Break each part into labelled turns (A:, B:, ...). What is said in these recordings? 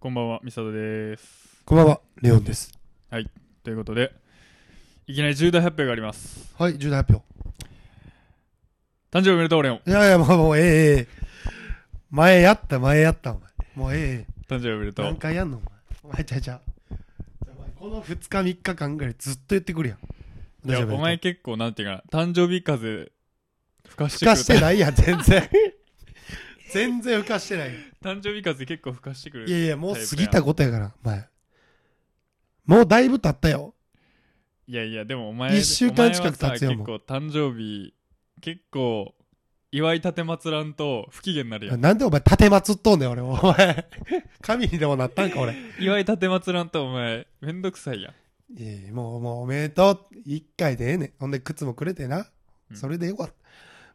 A: こんばんは、みさとです。
B: こんばんは、レオンです。
A: ということで、いきなり重大発表があります。
B: はい、重大発表。
A: 誕生日おめでとう、レオン。
B: いやいや、もう、もうええええ前やった、前やった、お前。もうえええ
A: 誕生日おめで
B: え
A: とう
B: 何。回やんの、お前。お前、ちゃうちゃう。お前この2日、3日間ぐらいずっと言ってくるやん。
A: いや、お前
B: ふ
A: 結構、なんていうかな、誕生日風、ふかしてく
B: か
A: る
B: してないやん、全然。 全然ふかしてない。
A: 誕生日風結構ふかしてくる。
B: いやいや、もう過ぎたことやから、お前。もうだいぶ経ったよ。
A: いやいや、でもお前、
B: 一週間近く経つ
A: お
B: よ
A: 前はさ結構、誕生日、結構、祝い立てまつらんと不機嫌になるやん。
B: なんでお前、立てまつっとんねん、俺。お前。神にでもなったんか、俺。
A: 祝い立てまつらんとお前、めんどくさいやん。
B: いやいやもう、もうおめでとう。一回でええねん。ほんで、靴もくれてな。
A: うん
B: それでよかった。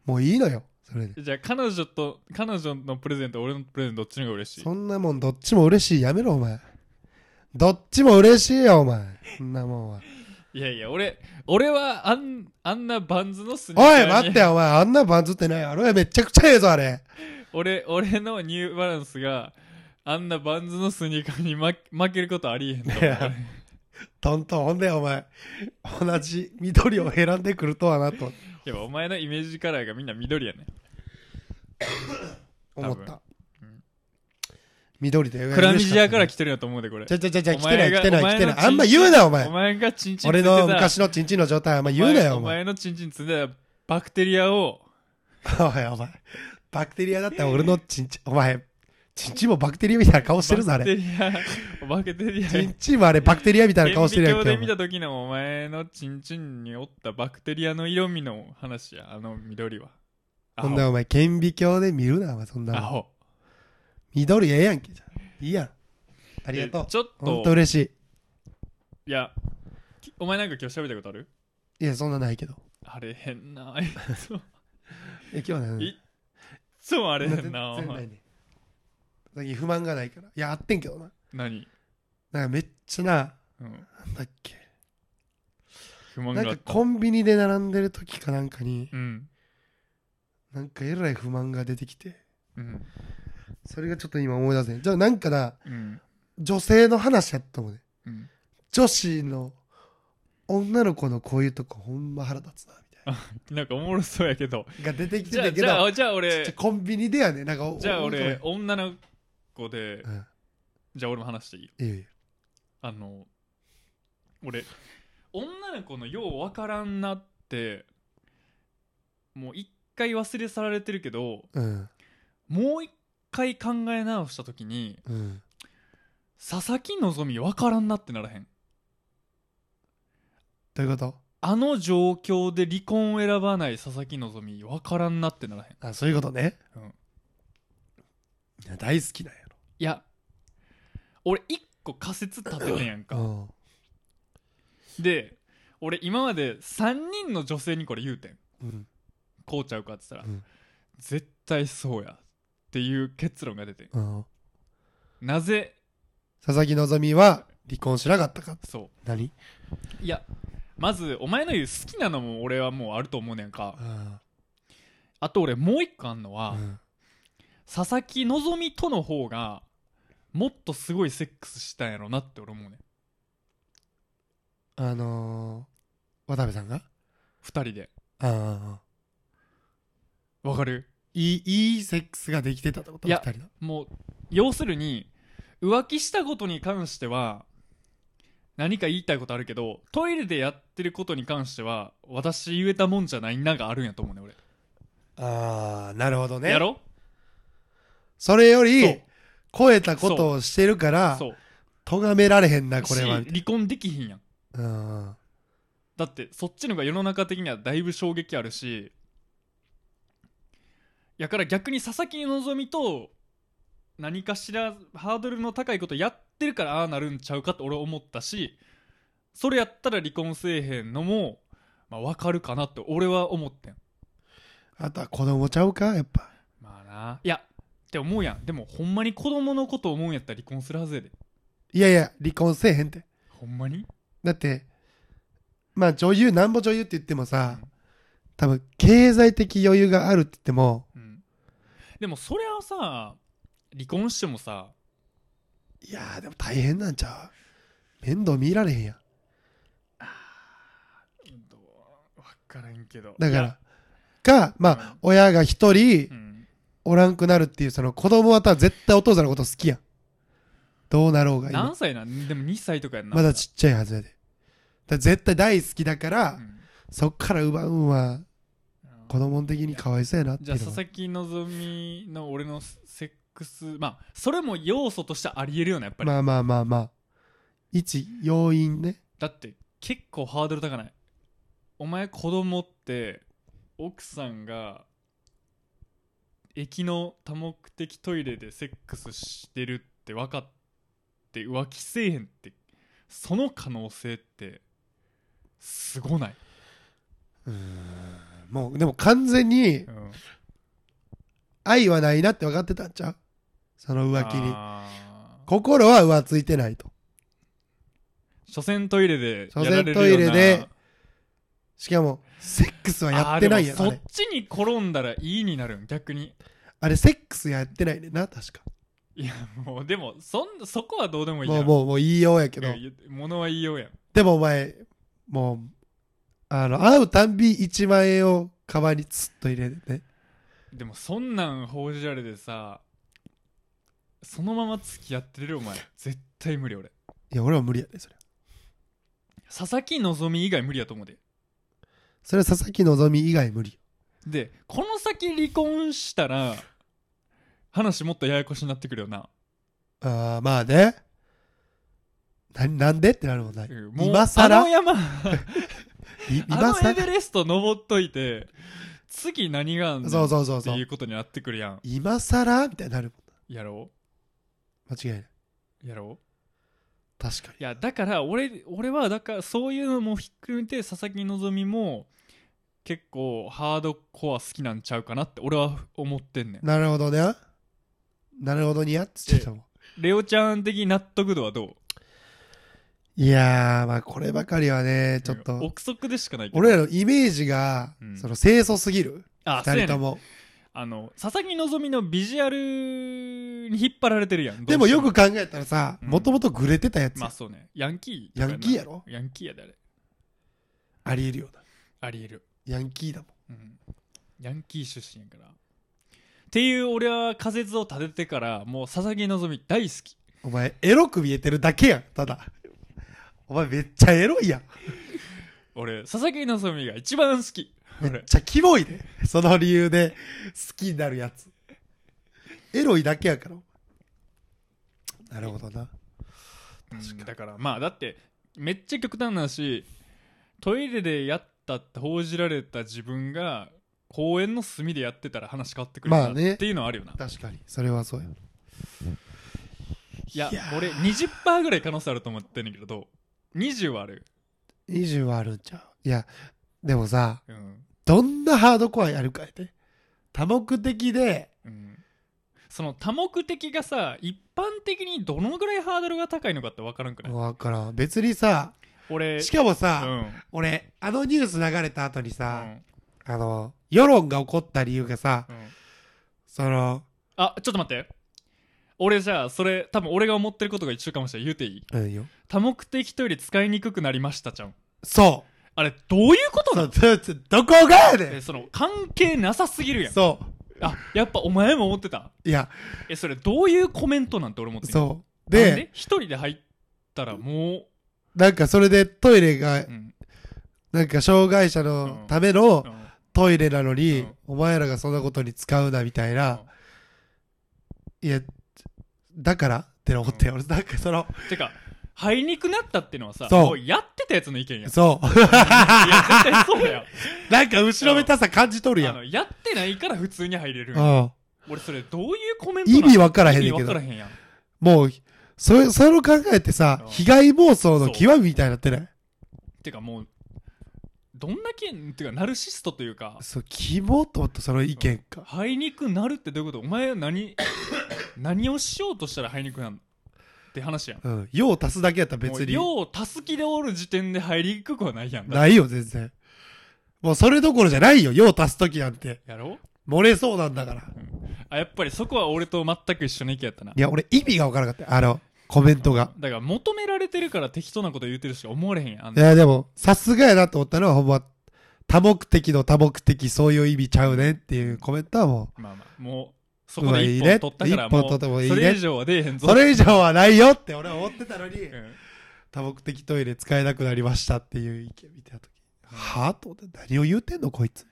B: もういいのよ。それで。
A: じゃあ、彼女と、彼女のプレゼント、俺のプレゼント、どっちの方が嬉しい
B: そんなもん、どっちも嬉しい。やめろ、お前。どっちも嬉しいよ、お前。そんなも んは。
A: いやいや、俺、俺はあん、あんなバンズのスニ
B: おい、
A: に
B: 待ってよ、お前。あんなバンズってないやろ。めちゃくちゃええぞ、あれ。
A: 俺、俺のニューバランスが、あんなバンズのスニーカーに負負けることありえへんと思う
B: いやトントン。ほんで、お前。同じ緑を選んでくるとはな、と
A: やっぱお前のイメージカラーがみんな緑やね
B: 思っ
A: 多
B: た
A: うん。
B: 緑で。
A: クラミジアから
B: 来
A: 来てるんやと思うでこれ
B: ちゃちゃちゃちゃ、来
A: お
B: てない、
A: 前が
B: 来てない、
A: お前
B: 来
A: の
B: て
A: チ
B: ない。
A: ンチン
B: あんま言うな、お前
A: お。前がチンチンつい
B: 俺
A: てた
B: の昔のチンチンの状態あんま言うなよ、
A: お
B: お前。
A: 前のチンチンついてたバクテリアを
B: おいお前バクテリアだったら俺のちんちお前ちんちもバクテリアみたいな顔してるぞあ
A: バクテ
B: れ
A: リアバクテリア
B: ちんちもあれバクテリアみたいな顔してるやん
A: 顕微鏡で見
B: けお前
A: た時のお前のチンチンにおったバクテリアの色味の話やあの緑はア
B: そん
A: ホ
B: なお前顕微鏡で見るなお前そんな
A: ア
B: の
A: ホ
B: 緑ええやんけじゃんいいやんあ
A: あ
B: りがとう
A: ちょっ
B: ほん
A: と
B: と嬉し
A: いやきお前なんか今日喋ったことある
B: いいやそんなないけど
A: あれへんなあいつも
B: いや今日はね
A: いそうあれへんなお
B: 全然な
A: 前
B: いね最近不満がないからいやあってんけどな
A: 何、
B: なんかめっちゃな
A: うん、
B: なんだっけ
A: 不満
B: な
A: が
B: ん
A: あ
B: か
A: った
B: コンビニで並んでる時かなんかに
A: うん
B: なんかえらい不満が出てきて
A: うん
B: それがちょっと今思い出せんじゃあなんかな
A: うん
B: 女性の話やったもんね
A: うん
B: 女子の女の子のこういうとこほんま腹立つなみたい
A: なんかおもろそうやけど
B: なが出てきて
A: じゃ
B: た
A: あ
B: け
A: じゃ
B: ど
A: あじゃあ
B: ちっ
A: 俺
B: ちゃいコンビニでやねなんかお
A: じゃあ俺
B: お
A: 女の子で
B: うん
A: じゃあ俺も話していい
B: いやいや
A: あの俺女の子のようわからんなってもう一回忘れ去られてるけど
B: うん
A: もう一回考え直した時に
B: うん
A: 佐々木希分からんなってならへん
B: どういうこと
A: あの状況で離婚を選ばない佐々木希分からんなってならへん
B: あそういうことね、
A: うん
B: いや大好きなんや
A: いや俺一個仮説立ててんやんか
B: ろ
A: で俺今まで3人の女性にこれ言うてん
B: うんうん
A: こうちゃうかって言ったら、
B: うん
A: 絶対そうやっていう結論が出てん
B: うん
A: なぜ
B: 佐々木希は離婚しなかったか
A: そ
B: 何
A: ういやまずお前の言う好きなのも俺はもうあると思うねんか
B: あ
A: あと俺もう一個あんのは、
B: うん
A: 佐々木希との方がもっとすごいセックスしたんやろなって俺思うねん
B: あのー、渡部さんが
A: 2人で
B: ああ
A: わかる
B: いいいいセックスができてたってこと
A: いや
B: 二人の
A: もう要するに浮気したことに関しては何か言いたいことあるけどトイレでやってることに関しては私言えたもんじゃないながあるんやと思うね俺
B: ああなるほどね
A: やろ
B: それよ
A: そ
B: り
A: う
B: 超えたことをしてるから
A: そう
B: 咎められへんなこれは
A: し離婚できひんやん
B: うん
A: だってそっちのが世の中的にはだいぶ衝撃あるしやから逆に佐々木希と何かしらハードルの高いことやってるからああなるんちゃうかと俺思ったしそれやったら離婚せえへんのも、まあ、分かるかなって俺は思ってん
B: あとは子供ちゃうかやっぱ
A: まあないやって思うやんでもほんまに子供のこと思うんやったら離婚するはずやで
B: いやいや離婚せえへんって
A: ほんまに
B: だってまあ女優なんぼ女優って言ってもさ
A: うん
B: 多分経済的余裕があるって言っても
A: うんでもそれはさ離婚してもさ
B: いやーでも大変なんちゃう面倒見られへんやん
A: どう分からんけど
B: だ
A: い
B: か
A: や
B: らかまあ、親が一
A: う
B: 人
A: ん、
B: おらんくなるっていうその子供はた絶対お父さんのこと好きやんどうなろうが今
A: 何歳なんでも2歳とかやんな
B: まだちっちゃいはずやでだから絶対大好きだから、
A: うん
B: そっから奪うんは
A: うん
B: 子供的にかわいそうやなって
A: じ
B: い
A: ゃあ
B: うの
A: 佐
B: は
A: 々木希の俺のセックスまあそれも要素としてありえるよねやっぱり、
B: まあまあまあまあ一要因ね
A: だって結構ハードル高ないお前子供って奥さんが駅の多目的トイレでセックスしてるって分かって浮気せえへんってその可能性ってすごない、
B: うーんもうでも完全に
A: うん、
B: 愛はないなって分かってたんちゃうその浮気に
A: あー
B: 心は浮ついてないと
A: 所詮トイレで
B: 所詮
A: やられるような
B: トイレでしかもセックスはやってないや
A: あー
B: ん
A: でもそ
B: あれ
A: っちに転んだらいいになるん逆に
B: あれセックスやってないねんな確か
A: いやもうでもそんそこはどうでもいい
B: も
A: や
B: うんもうもう言いようやけど
A: いや物は言いようやん
B: でもお前もうあの会うたんび1万円をカバンにツッと入れてね
A: でもそんなん報じられてさそのまま付き合ってるお前絶対無理俺
B: いや俺は無理やでそれ
A: 佐々木希以外無理やと思うで
B: それは佐々木希以外無理
A: でこの先離婚したら話もっとややこしになってくるよな
B: ああ、まあね。な、なんでってなるもんない。
A: うんもう
B: 今
A: あ
B: 更
A: の山
B: い今
A: あのエ
B: 更
A: ベレスト登っといて次何があんの
B: そうそうそう
A: って
B: そ
A: いう
B: う。
A: ことになってくるやん
B: 今更みたいになるも
A: やろ
B: んな。間違いない。
A: うやろ
B: 確か
A: ういやだから俺俺はだからそういうのも含めて佐々木希も結構ハードコア好きなんちゃうかなって俺は思ってんねん
B: に。なるほどね。なるほどにやっつってたもん。
A: レオちゃん的納得度はどう
B: いやー、まあこればかりはね、ちょっと。
A: 憶測でしかないけど
B: 俺らのイメージが
A: うん、
B: その清楚すぎる。
A: あそう
B: 二
A: やね
B: 人と
A: ん
B: も。
A: あの佐々木希のビジュアルに引っ張られてるやん
B: でもよ
A: どう
B: く考えたらさ、
A: うん
B: もともとグレてたや
A: して
B: つ
A: もまあそうねヤンキーとか
B: ヤンキーやろ
A: なヤンキーやであれ
B: ありえるよな。
A: ありえる
B: ヤンキーだも
A: う
B: ん。
A: んヤンキー出身やからっていう俺は仮説を立ててからもう佐々木希大好き
B: お前、エロく見えてるだけやん、ただ。お前めっちゃエロいやん。
A: 俺佐々木希が一番好き
B: めっ
A: 俺
B: ちゃキモいね。その理由で好きになるやつ。エロいだけやから。なるほどな。
A: うん
B: 確かに
A: だからまあだってめっちゃ極端なしトイレでやったって報じられた自分が公園の隅でやってたら話変わってくるな
B: まあね
A: っていうのはあるよな、
B: 確かに。それはそうや。
A: いや
B: いやー
A: 俺20%ぐらい可能性あると思ってんねんけどどう20はある
B: 20はあるんちゃういや、でもさ、
A: うん、
B: どんなハードコアやるかやて。多目的で、
A: うん、その多目的がさ一般的にどのぐらいハードルが高いのかって分からんくない、
B: わからん。別にさ、
A: 俺
B: しかもさ、
A: うん、
B: 俺、あのニュース流れた後に
A: う
B: さ、
A: ん
B: あの、世論が起こった理由がさ、
A: うん
B: その、
A: あちょっと待って俺じゃあそれ多分俺が思ってることが一緒かもしれない言うていい
B: うんよ。
A: 多目的トイレ使いにくくなりましたじゃん
B: そ
A: あれどういうこと
B: う。
A: な
B: そ
A: の
B: う、ちょどこがや
A: え
B: ね
A: その関係なさすぎる
B: ん
A: やん
B: そ
A: あやっぱお前も思ってた
B: う。いや、
A: えそれどういうコメントなんて俺思ってん
B: そう。
A: なん
B: で、
A: で一人で入ったらも
B: なんかそれでトイレが
A: う、う、ん
B: なんか障害者のための
A: うん
B: トイレなのに、
A: うん
B: お前らがそんなことに使うなみたいな。いや、だからって思って、俺、なんかその、
A: てか入りにくなったってのはさ
B: そう
A: もうやってたやつの意見やんい
B: そう。
A: や絶対そうやん
B: なんか後ろめたさ感じとるや
A: あの
B: ん。
A: やってないから普通に入れるん
B: う
A: や
B: ん。
A: 俺それどういうコメント
B: 意
A: なの
B: 味わからへんね
A: 意
B: ん
A: 味
B: け
A: わから
B: ど。
A: へんやん
B: もう、それ、それを考えてさ
A: う、ん
B: 被害妄想の極みみたいになってない
A: てかもうどんだけてかナルシストというか
B: そう、キモと思ったその意見か。
A: 入りにくなるってどういうことお前は何 何をしようとしたら入りにくなんのって話やん
B: うん。用足すだけやったら別
A: も
B: に。
A: う量多すきでおる時点で入りにくくはないやん
B: ないよ、全然。もうそれどころじゃないよ、用足すときなんて。
A: やろ
B: 漏れそうなんだから。
A: あやっぱりそこは俺と全く一緒の意見やったない
B: や、俺意味が分からなかった。あの、コメントが。
A: だから求められてるから適当なこと言うてるしか思われへんやんあん
B: い
A: な
B: や、でも、さすがやなと思ったのは、ほんま、多目的の多目的、そういう意味ちゃうねんっていうコメントはも、
A: まあまあもうそうこで一本取ったから
B: 一本取
A: も
B: っても
A: う
B: いい
A: それ
B: ね
A: 以。上は出えへんぞ
B: それ以上はないよって俺は思ってたのに
A: う、ん
B: 多目的トイレ使えなくなりましたっていう意見見てた時、
A: うん
B: はぁと思って何を言うてんのこいつ。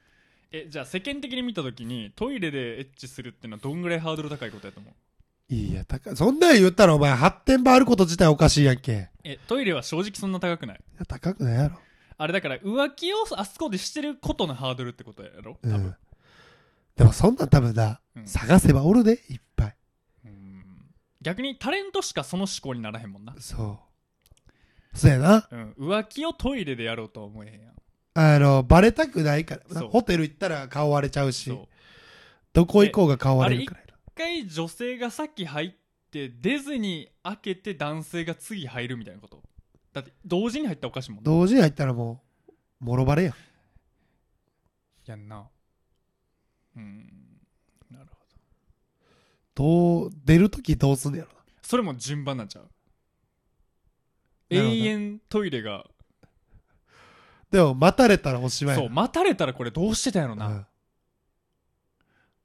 A: えじゃあ世間的に見た時にトイレでエッチするってのはどんぐらいハードル高いことやと思う
B: いや、高いそんなん言ったらお前発展場あること自体おかしいやんけ。い
A: えトイレは正直そんな高くない
B: や高くないやろ。
A: あれだから浮気をあそこでしてることのハードルってことやろ
B: う
A: 多分
B: ん。でもそんなん多分な、
A: うん
B: 探せばおるで、いっぱい。
A: うん逆にタレントしかその思考にならへんもんな、
B: そう。そうやな。
A: うん、浮気をトイレでやろうとは思えへんやん
B: あの、バレたくないから。
A: そう
B: ホテル行ったら顔割れちゃうし
A: そう、
B: どこ行こうが顔割れるからやな。
A: 一回女性が先入って出ずに開けて男性が次入るみたいなことだって同時に入ったらおかしいもんな
B: 同時に入ったらもう、もろバレやん。
A: やんなうんなるほど
B: どう、出るときどうすんのやろな。
A: それも順番なんちゃう
B: なるほど
A: 永遠トイレが
B: でも、待たれたらおしまいや
A: そう
B: な。
A: 待たれたらこれどうしてたんやろな、
B: うん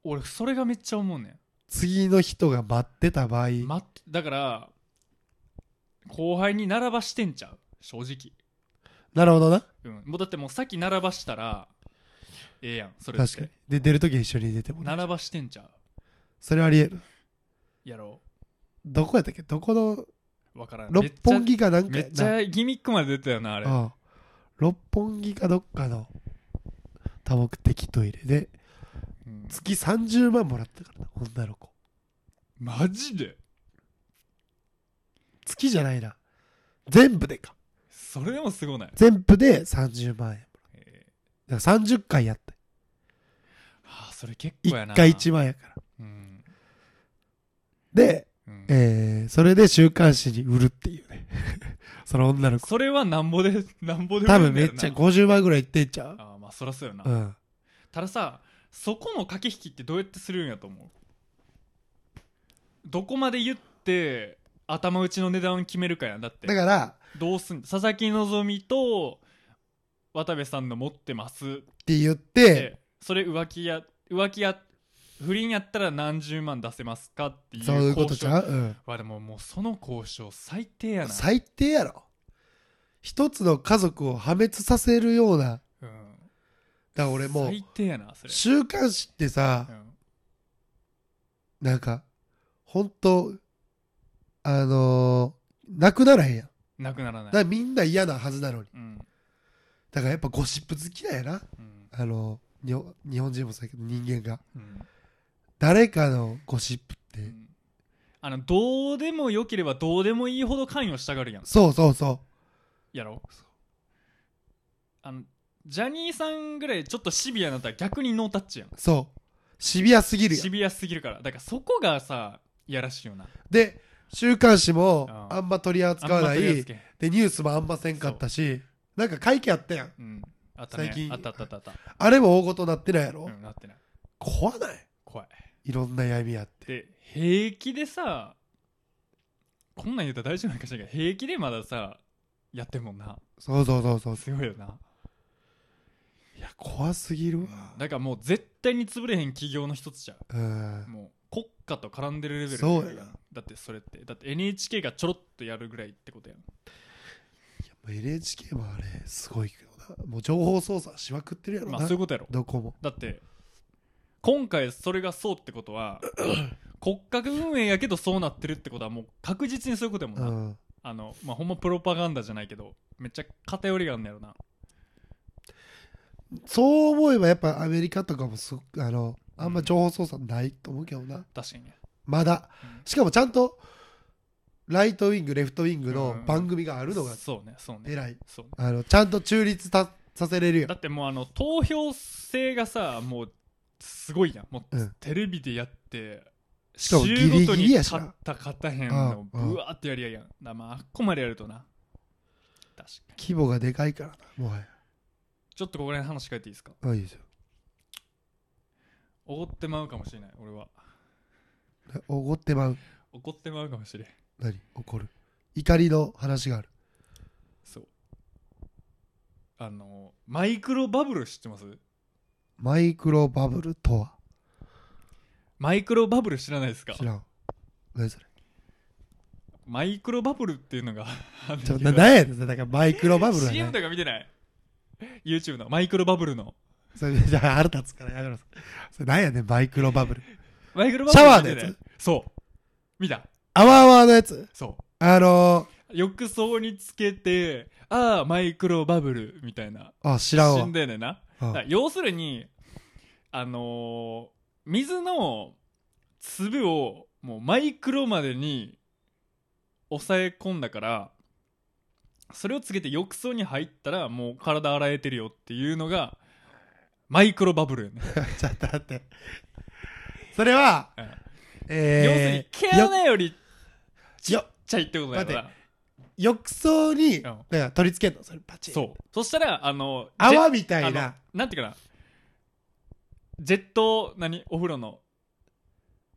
A: 俺それがめっちゃ思うねん
B: 次の人が待ってた場合、
A: 待ってだから後輩に並ばしてんちゃう正直
B: なるほどな。
A: うんもうだってもう先並ばしたらええやんそれって
B: 確かに。で、出るとき一緒に出てもらう
A: 並ばしてんちゃう
B: それありえる。
A: やろ
B: どこやったっけどこの、
A: うわからん
B: 六本木かなんか
A: め
B: や
A: っちゃめっちゃギミックまで出てたよなあれ
B: なうん六本木かどっかの多目的トイレで、
A: うん
B: 月30万もらったからな、女の子。
A: マジで
B: 月じゃないな。全部でか。
A: それでもすごない
B: 全部で30万円。
A: え
B: だから30回やって。
A: ーはあそれ結構やな
B: 1回1万円やから。
A: うん
B: で、
A: うん
B: えー、それで週刊誌に売るっていうね。 その女の子。
A: それはなんぼで なんぼで
B: 多
A: 売れるんだ
B: 分め
A: よ
B: っ
A: な
B: ちゃ50万ぐらいいってんちゃう
A: あーまあそらそうよな、
B: うん。
A: たださそこの駆け引きってどうやってするんやと思うどこまで言って頭打ちの値段を決めるかやんだって
B: だから、
A: どうすん佐々木希と渡部さんの持ってます
B: って言っ
A: で
B: て、
A: それ浮気や浮気や不倫やったら何十万出せますかっていう
B: そういうことちゃ
A: う
B: ううん。
A: わでももうその交渉最低やな、
B: 最低やろ一つの家族を破滅させるようなだか
A: うん
B: ら俺もう
A: 最低やなそれ、
B: 週刊誌ってさ
A: う、ん
B: なんか本当あのーなくならへんやん
A: なくならな
B: だ
A: い
B: からみんな嫌なはずなのに
A: うん
B: だからやっぱゴシップ好きなんやな
A: うん
B: あのにょ日本人もそうやけど人間が
A: うん
B: 誰かのゴシップ
A: う
B: って
A: んあのどうでもよければどうでもいいほど関与したがるやん
B: そうそうそ
A: やろあのジャニーさんぐらいちょっとシビアになったら逆にノータッチやん
B: うそうシビアすぎるやん
A: シビアすぎるからだからそこがさいやらしいよな
B: で週刊誌も
A: うん
B: あんま取り扱わな
A: あんま取り
B: い
A: 扱え
B: でニュースもあんませんかったしなんか会見あったやん
A: へんうんあったね
B: 最近
A: あったあったあったあった
B: あれも大事なってないや
A: う
B: ろ、
A: んなってない
B: 怖ない
A: 怖い
B: いろんな闇あって
A: で平気でさこんなん言うたら大丈夫なんかしらんけど平気でまださやってんもんな
B: そうそうそうそう
A: すごいよない
B: や怖すぎるわ
A: だからもう絶対に潰れへん企業の一つじゃう
B: うん
A: もう国家と絡んでるレベル
B: そうやな
A: だってそれってだって NHK がちょろっとやるぐらいってことやん
B: いやもう NHK もあれすごいけどなもう情報操作しまくってるやろな、
A: まあそういうことやろ
B: どこも
A: だって今回それがそうってこと は骨格運営やけどそうなってるってことはもう確実にそういうことやもん
B: う
A: な、
B: ん
A: あのまあほんまプロパガンダじゃないけどめっちゃ偏りがあんのやろな
B: そう思えばやっぱアメリカとかもすあのあんま情報操作ないと思うけどな
A: 確かにね
B: まだしかもちゃんとライトウィングレフトウィングの番組があ
A: あ
B: るのが
A: そうねそうね
B: 偉い
A: そうね
B: あのちゃんと中立たさせれるよ
A: だってもうあの投票制がさもうすごいやんもう、
B: うん
A: テレビでやって
B: しかもギリギリやし
A: 勝
B: な
A: った勝たへんの
B: うんうん
A: ぶわーってやりやがんだまああっこまでやるとな確かに
B: 規模がでかいからなもはや
A: ちょっとここら辺話変えていいですか
B: あいいですよ
A: 怒ってまうかもしれない俺は
B: おごってまう
A: 怒ってまうかもしれん
B: 何怒る怒りの話がある
A: そうあのマイクロバブル知ってます
B: マイクロバブルとは
A: マイクロバブル知らないですか
B: 知らん何それ
A: マイクロバブルっていうのがあんねん
B: ちょ
A: け
B: な
A: ど
B: 何やねんだからマイクロバブル
A: CM
B: や
A: とか見てない YouTube のマイクロバブルの
B: それじゃあ腹立つからやめろそれ何やねんマイクロバブル
A: マイクロバブル
B: シャワーのやつ
A: 見てないそう見た
B: あわあわのやつ
A: そう
B: あの
A: 浴槽につけてああマイクロバブルみたいな
B: ー、あ知らん
A: 死
B: わ
A: んだよねんなだから要するにあのー水の粒をもうマイクロまでに抑え込んだからそれをつけて浴槽に入ったらもう体洗えてるよっていうのがマイクロバブルやね、
B: うんちょっと待ってそれは
A: うん要するに
B: えー、
A: 毛
B: よ
A: 穴より
B: よ
A: ちっちゃいってことだから
B: 浴槽に、
A: ん
B: だから取り付けんのそれパチン
A: そうそしたらあのジェ
B: 泡みたい
A: あ
B: な
A: のなんていうかなジェット何お風呂の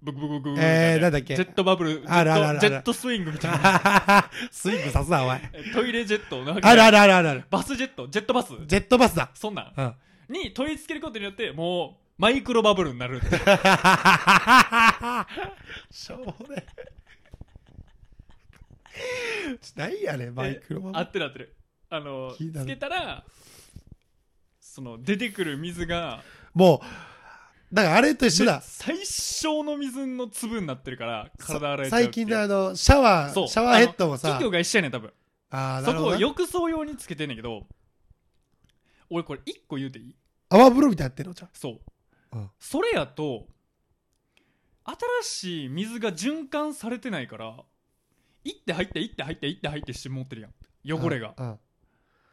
A: ブクブクブクブクみたいな
B: えーなんだっけ
A: ジェットバブル
B: あるあるあるある
A: ジェットジェットスイングみたいな
B: スイングさすなお前
A: えトイレジェットなんか
B: あるあるあるあるある
A: バスジェットジェットバス
B: ジェットバスだ
A: そんなん
B: うん
A: に取り付けることによってもうマイクロバブルになるって
B: しょうもね何やねんマイクロバブ
A: 合
B: ル
A: ってる合ってるあの
B: 聞いた
A: つ
B: ね
A: けたらその出てくる水が
B: もうだからあれと一緒だ
A: 最小の水の粒になってるから体洗えちゃう
B: 最
A: ってい
B: 近
A: う
B: のあのシャワ
A: そ
B: ー
A: う
B: シャワーヘッドも
A: あの
B: さ
A: 企業が一緒やねん多分
B: あーな
A: そ
B: る
A: こ
B: ほ
A: を
B: どな
A: 浴槽用につけてんねんけど俺これ1個言うていい
B: 泡風呂みたいになってるのじゃ
A: そう
B: あうん
A: それやと新しい水が循環されてないからいって入っていって入っていって入ってして持ってるやん汚れが
B: うんうん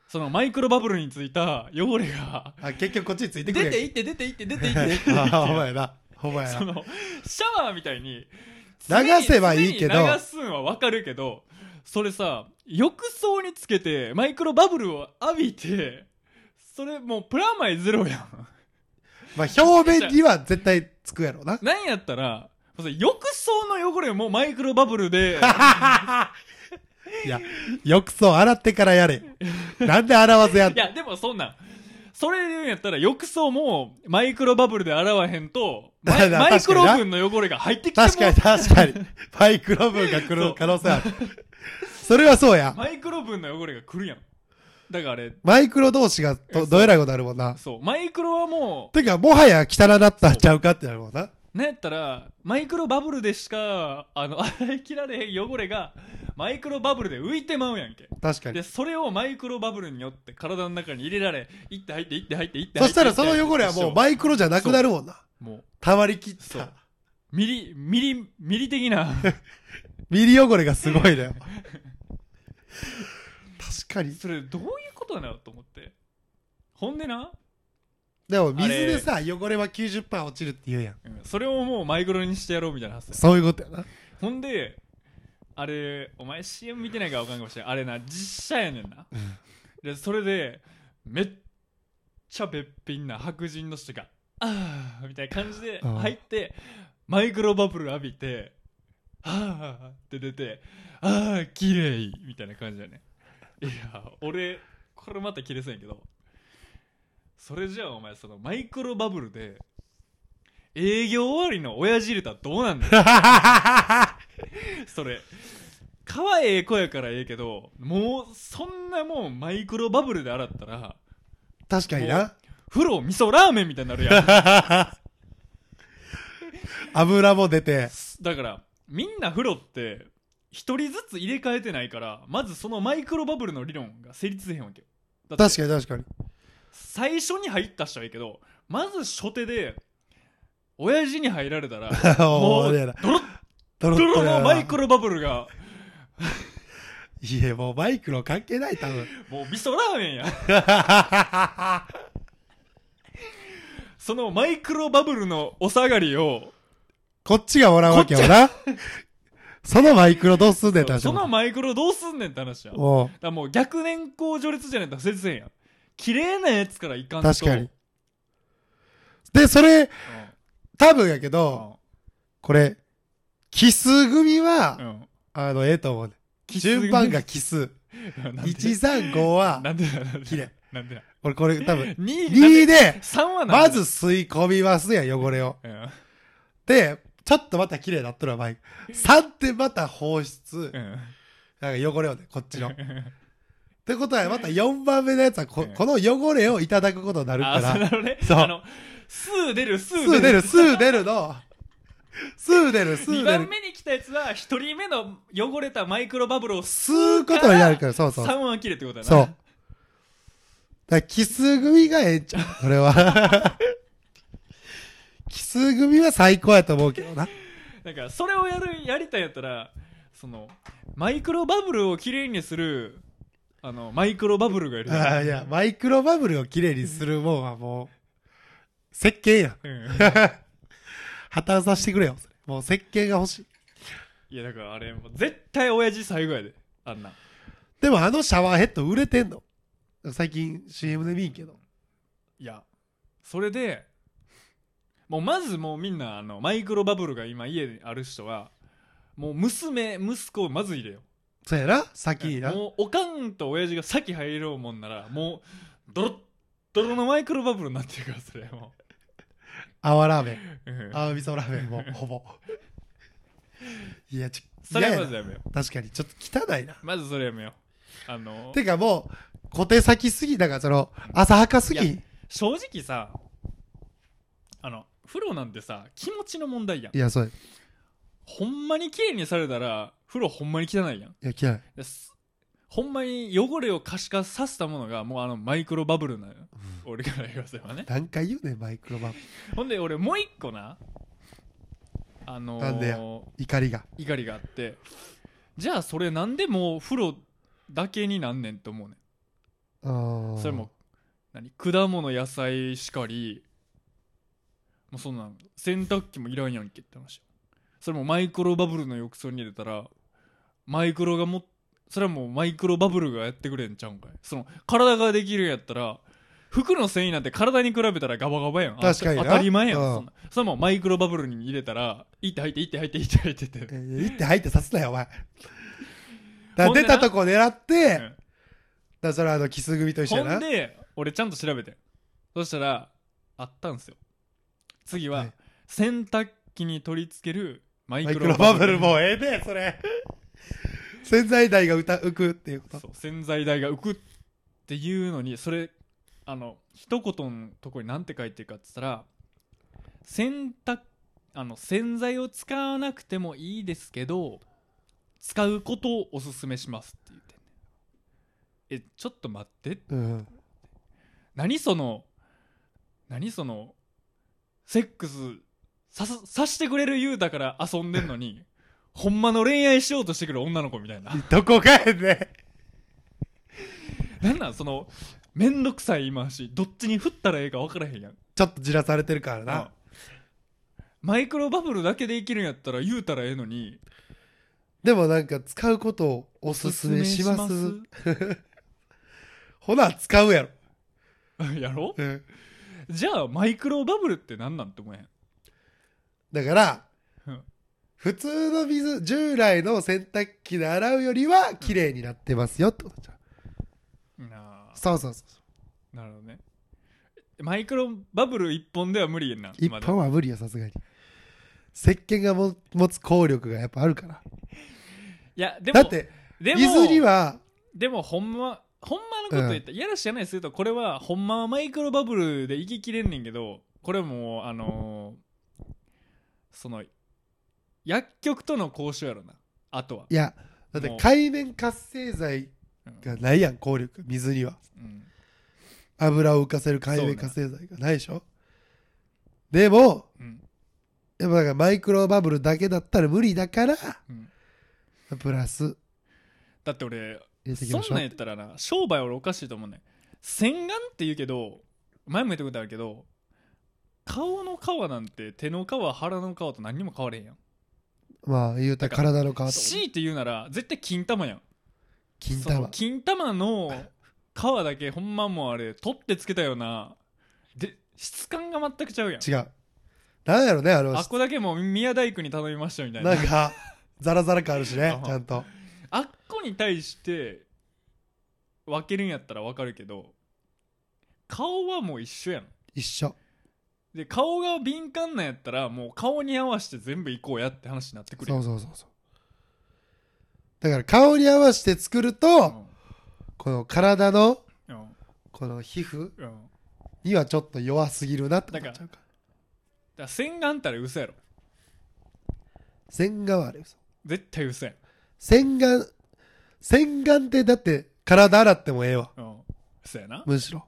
A: そのマイクロバブルについた汚れが
B: あ結局こっちについて
A: 出
B: くる
A: てい
B: い
A: って出ていって出ていって出ていって
B: ああお前なお前
A: そ
B: な
A: のシャワーみたいに
B: 流せばいいけど
A: 常に流すんはわかるけどそれさ浴槽につけてマイクロバブルを浴びてそれもうプラマイゼロやん
B: まあ表面には絶対つくや ろうな
A: なんやったらその浴槽の汚れもマイクロバブル で
B: いや浴槽洗ってからやれなんで洗わずやん
A: いやでもそんなんそれ言うんやったら浴槽もマイクロバブルで洗わへん とマイ
B: 確かにな
A: マイクロ分の汚れが入ってきても
B: 確かに確かにマイクロ分が来る可能性あるそれはそうや
A: マイクロ分の汚れが来るやんだからあれ
B: マイクロ同士が
A: えそう
B: どどえらいことあるもんな
A: そうマイクロはもう
B: てかもはや汚なったんちゃうかってなるもんな
A: なんやったらマイクロバブルでしかあの洗い切られへん汚れがマイクロバブルで浮いてまうやんけ
B: 確か
A: で
B: に
A: それをマイクロバブルによって体の中に入れられいって入っていって入っていって
B: そ
A: 入って
B: したらその汚れはもうマ
A: イ
B: イクロじゃなくなるもんな
A: もう
B: たまりきっ
A: そう
B: た
A: ミリミリミリ的 な
B: ミリ汚れがすごい だよ確かに
A: それどういうことなのと思ってほんでな、
B: でも水でさ汚れは90%落ちるって言うやん
A: うんそれをもうマイクロにしてやろうみたいな発想
B: そういうこと やな
A: ほんであれお前 CM 見てないから分かんないかもしれないあれな実写やねんなでそれでめっちゃべっぴんな白人の人が「ああ」みたいな感じで
B: うん
A: 入ってマイクロバブル浴びて「ああ」って出て「ああ綺麗みたいな感じだねいや俺これまた切れそうやけどそれじゃあお前そのマイクロバブルで営業終わりの親父入れたらどうなんだよそれ可愛い子やからええけどもうそんなもんマイクロバブルで洗ったら
B: 確かにな
A: 風呂味噌ラーメンみたいになる やん
B: 油も出て
A: だからみんな風呂って一人ずつ入れ替えてないからまずそのマイクロバブルの理論が成立せへんわけよだって
B: 確かに確かに
A: 最初に入った人はいいけどまず初手で親父に入られ たらも
B: も
A: う
B: う
A: ド
B: や
A: ロ
B: な
A: ッ
B: ドロ
A: ドロのマイク
B: ロ
A: ロバブルが
B: いやもうマイクロ関係ない多分
A: もう味噌ラーメンやそのマイクロバブルのお下がりを
B: こっちがもらうわけよなそのマイクロどうすんねんっ
A: そ
B: て
A: う
B: 話
A: そ
B: も
A: のマイクロどうすんねんって話やだか
B: も
A: らもう逆年功序列じゃないとせずへんやん綺麗なやつからいかん
B: う
A: と
B: 確かにでそれ多分やけ
A: うん
B: どこれ奇数組は
A: うんうん
B: あの、ええと思うね。
A: キス
B: 順番がキス。
A: なんで
B: 135は
A: な、んでなんでなんで
B: 綺麗
A: なん でなん
B: 俺これ多分、
A: 2
B: 2で、
A: 3はなんで
B: まず、吸い込みますやん、汚れを。
A: うん
B: で、ちょっとまた綺麗になっとるわ、マイク。3ってまた放出
A: う。ん
B: なんか汚れをね、こっち の。ってことは、また4番目のやつはこ、この汚れをいただくことになるか
A: あそう
B: ら
A: な、のね
B: そう
A: あのスー出るス
B: スー
A: ー
B: 出
A: 出る
B: る、スー出るの、スー出る、ス
A: 2
B: ー出
A: 番
B: る。
A: 目に来たやつは1人目の汚れたマイクロバブルを
B: 吸うことになるから、そうそう。
A: 3は切れってことだな
B: そう。だからキス組がええんちゃうこれは。 キス組は最高やと思うけどな。
A: なんかそれをやるやりたいやったらそのマイクロバブルをきれいにするあのマイクロバブルがいる
B: あーいや、マイクロバブルをきれいにするもんはもう、石鹸やん。
A: うん
B: 破綻させてくれよ。それもう石鹸が欲しい。
A: いやだからあれもう絶対親父最後やであんな
B: でもあのシャワーヘッド売れてんの。最近 CM で見んけど。
A: いやそれでもうまずもうみんなあのマイクロバブルが今家にある人はもう娘息子をまず入れよ
B: そうやな先にな。
A: もうおかんと親父が先入ろうもんならもうドロッドロのマイクロバブルになってるからそれも
B: 泡ラーメン。
A: う、うん
B: 泡味噌ラーメンも、 ほぼ。いや、ちょ、
A: そ
B: い
A: れ
B: や
A: はま
B: や
A: ず
B: な
A: やめよ
B: 確かに、ちょっと汚いな。
A: うまずそれやめようあの
B: てかもう、小手先すぎ、だからその、浅はかす
A: い
B: ぎ。い
A: 正直さあの風呂なんてさ気持ちの問題やん
B: や、そう
A: ほんまに綺麗にされたら風呂ほんまに汚いやん
B: や。いや、
A: ですほんまに汚れを可視化させたものがもうあのマイクロバブルなのよ、俺から言わせばね
B: 嫌い。何回言うねんマイクロバブル。
A: ほんで俺もう一個なあのー
B: なんでや怒りが。
A: 怒りがあってじゃあそれなんでもう風呂だけになんねんと思うね
B: あー
A: んそれも。何果物野菜しかりもうそんなん洗濯機もいらんやんけって話それもマイクロバブルの浴槽に入れたらマイクロがもそれはもうマイクロバブルがやってくれんちゃうんかいその体ができるんやったら服の繊維なんて体に比べたらガバガバやんあ
B: 確かにな
A: 当たり前やん、
B: うん
A: そんなそれもマイクロバブルに入れたらいって入っていって入っていって入ってって
B: えー行って入ってさすなよ、お前。だから
A: ほんで
B: 出
A: な
B: たとこ狙って、だ
A: ん
B: からそれはあの、キス組と一緒や
A: ほん
B: な。
A: で俺ちゃんと調べてそしたらあったんすよ次は、
B: はい
A: 洗濯機に取り付けるマイ
B: マイ
A: ク
B: ク
A: ロ
B: ロバ
A: バブ
B: ブ
A: ル
B: ルもうええで、それ。洗剤代が歌浮くっていうこと。
A: そう洗剤代が浮くっていうのにそれあの一言のとこに何て書いてるかって言ったら洗濯あの洗剤を使わなくてもいいですけど使うことをおすすめしますって言ってんねんえちょっと待って
B: うん。
A: 何その何そのセックスさすさしてくれる言うたから遊んでんのにほんまの恋愛しようとしてくる女の子みたいな
B: どこかへね。
A: なんなんそのめんどくさい言い回しどっちに振ったらええか分からへんやん
B: ちょっとじらされてるからな。
A: マイクロバブルだけでいけるんやったら言うたらええのに
B: でもなんか使うことをおすすめします。ほな、使うやろ。
A: ます やろ
B: うん。
A: じゃあマイクロバブルって何なんて思えへん
B: だから
A: うん、
B: 普通の水、従来の洗濯機で洗うよりは綺麗になってますよってことじゃん。
A: なあ
B: そうそうそう。
A: なるほどねマイクロバブル一本では無理やんな
B: 一
A: まだ
B: 般は無理よ、さすがに。石鹸がも持つ効力がやっぱあるから。
A: いやでも
B: だって、
A: でも
B: 水には、
A: でもほんまほんまのこと言った、いやらしい話するとこれはほんまはマイクロバブルでいききれんねんけどこれもうあのーその薬局との交渉やろなあとは、
B: いや、だって
A: もう
B: 海面活性剤
A: うん
B: がないやん、効力。水には。
A: うん
B: 油を浮かせる海面活性剤がないでしょ。でも、
A: うん
B: やっぱなんかマイクロバブルだけだったら無理だから、
A: うん
B: プラス
A: だって俺
B: 入れていき
A: そ
B: ま
A: ん
B: しょ
A: なん
B: う
A: や。ったらな商売俺おかしいと思うねん洗顔って言うけど前も言ったことあるけど顔の皮なんて手の皮腹の皮と何にも変われへんやん
B: まあ、言うたら体の皮と
A: 強いて言うなら絶対金玉やん
B: 金
A: その
B: 玉。
A: 金玉の皮だけほんまもうあれ取ってつけたようなで質感が全くちゃうやん
B: 違う。なんやろね、あの
A: あ、っこだけもう宮大工に頼みましたみたいな
B: なんか、 ザラザラ感あるしね
A: あ
B: ちゃんと
A: あっこに対して分けるんやったら分かるけど顔はもう一緒やん
B: 一緒
A: で顔が敏感なんやったらもう顔に合わせて全部行こうやって話になってくる
B: そ
A: や
B: うんそうそうそうだから顔に合わせて作るとこの体の
A: うんうん
B: この皮膚
A: うんだか
B: にはちょっと弱すぎるなってことちゃうから
A: 洗顔ったら嘘やろ
B: 洗顔はあれ嘘
A: 絶対嘘やん
B: 洗顔洗顔ってだって体洗ってもええわ
A: うん嘘やな
B: むしろ